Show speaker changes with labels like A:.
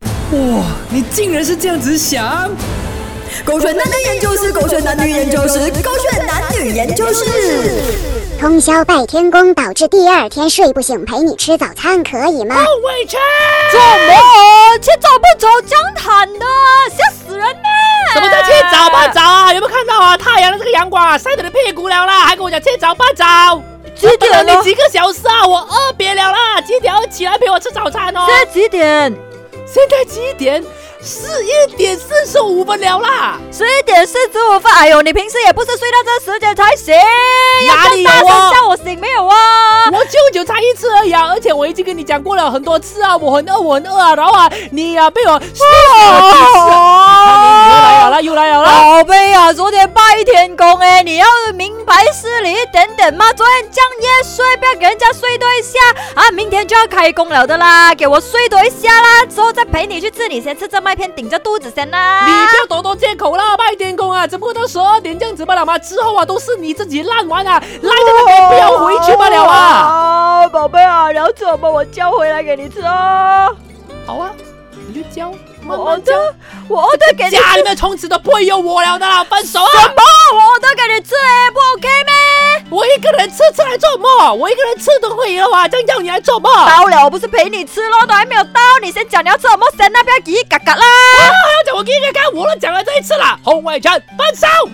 A: 哇，你竟然是这样子想！
B: 狗选男男研究室，狗选男女研究室，狗选男女研究室。
C: 通宵拜天公，导致第二天睡不醒，陪你吃早餐可以吗？
D: 伟成，
E: 怎么？切找不着江坦的，吓死人呢！
D: 什么叫切找不着啊？有没有看到啊？太阳的这个阳光啊，晒得你屁股了啦，还跟我讲切找不着。
E: 几
D: 等了
E: 点了
D: 你？几啊个小时啊？我饿别了啦，几点要起来陪我吃早餐哦？
E: 现在几点？
D: 现在几点？十一点四十五分了啦。
E: 十一点四十五分。哎呦，你平时也不是睡到这时间才醒，
D: 哪里
E: 要这样
D: 有
E: 大
D: 啊
E: 声叫我醒没有啊？
D: 我舅舅才一次而已啊，而且我已经跟你讲过了很多次啊，我很饿，我很饿啊，然后啊，你啊被我吓死了，啊又来有了，又来有了。
E: 宝贝啊，昨天拜天公哎，你要明白事理一点点嘛。昨天这样夜睡，不要给人家睡多一下啊。明天就要开工了的啦，给我睡多一下啦，之后再陪你去吃。你先吃这麦片，顶着肚子先啦。
D: 你不要躲躲借口啦，拜天公啊，只不过到十二点这样子罢了嘛，之后啊都是你自己烂完啊，赖在
E: 哎
D: 那边不要回去罢了啊。
E: 啊，宝贝啊，然后吃我把我叫回来给你吃哦。
D: 好啊，你就教，慢
E: 我
D: 慢教，
E: 的，我的给你吃
D: 家里面从此都不会有我了的啦，分手啊！
E: 什么？我的给你吃哎，不 OK 咩？
D: 我一个人吃吃来做梦，我一个人吃都会了啊，这样叫你来做梦？
E: 到了，我不是陪你吃咯，都还没有到，你先讲你要吃什么，先那边叽叽嘎嘎啦。
D: 我给你看，我都讲了这一次了，洪伟全分手。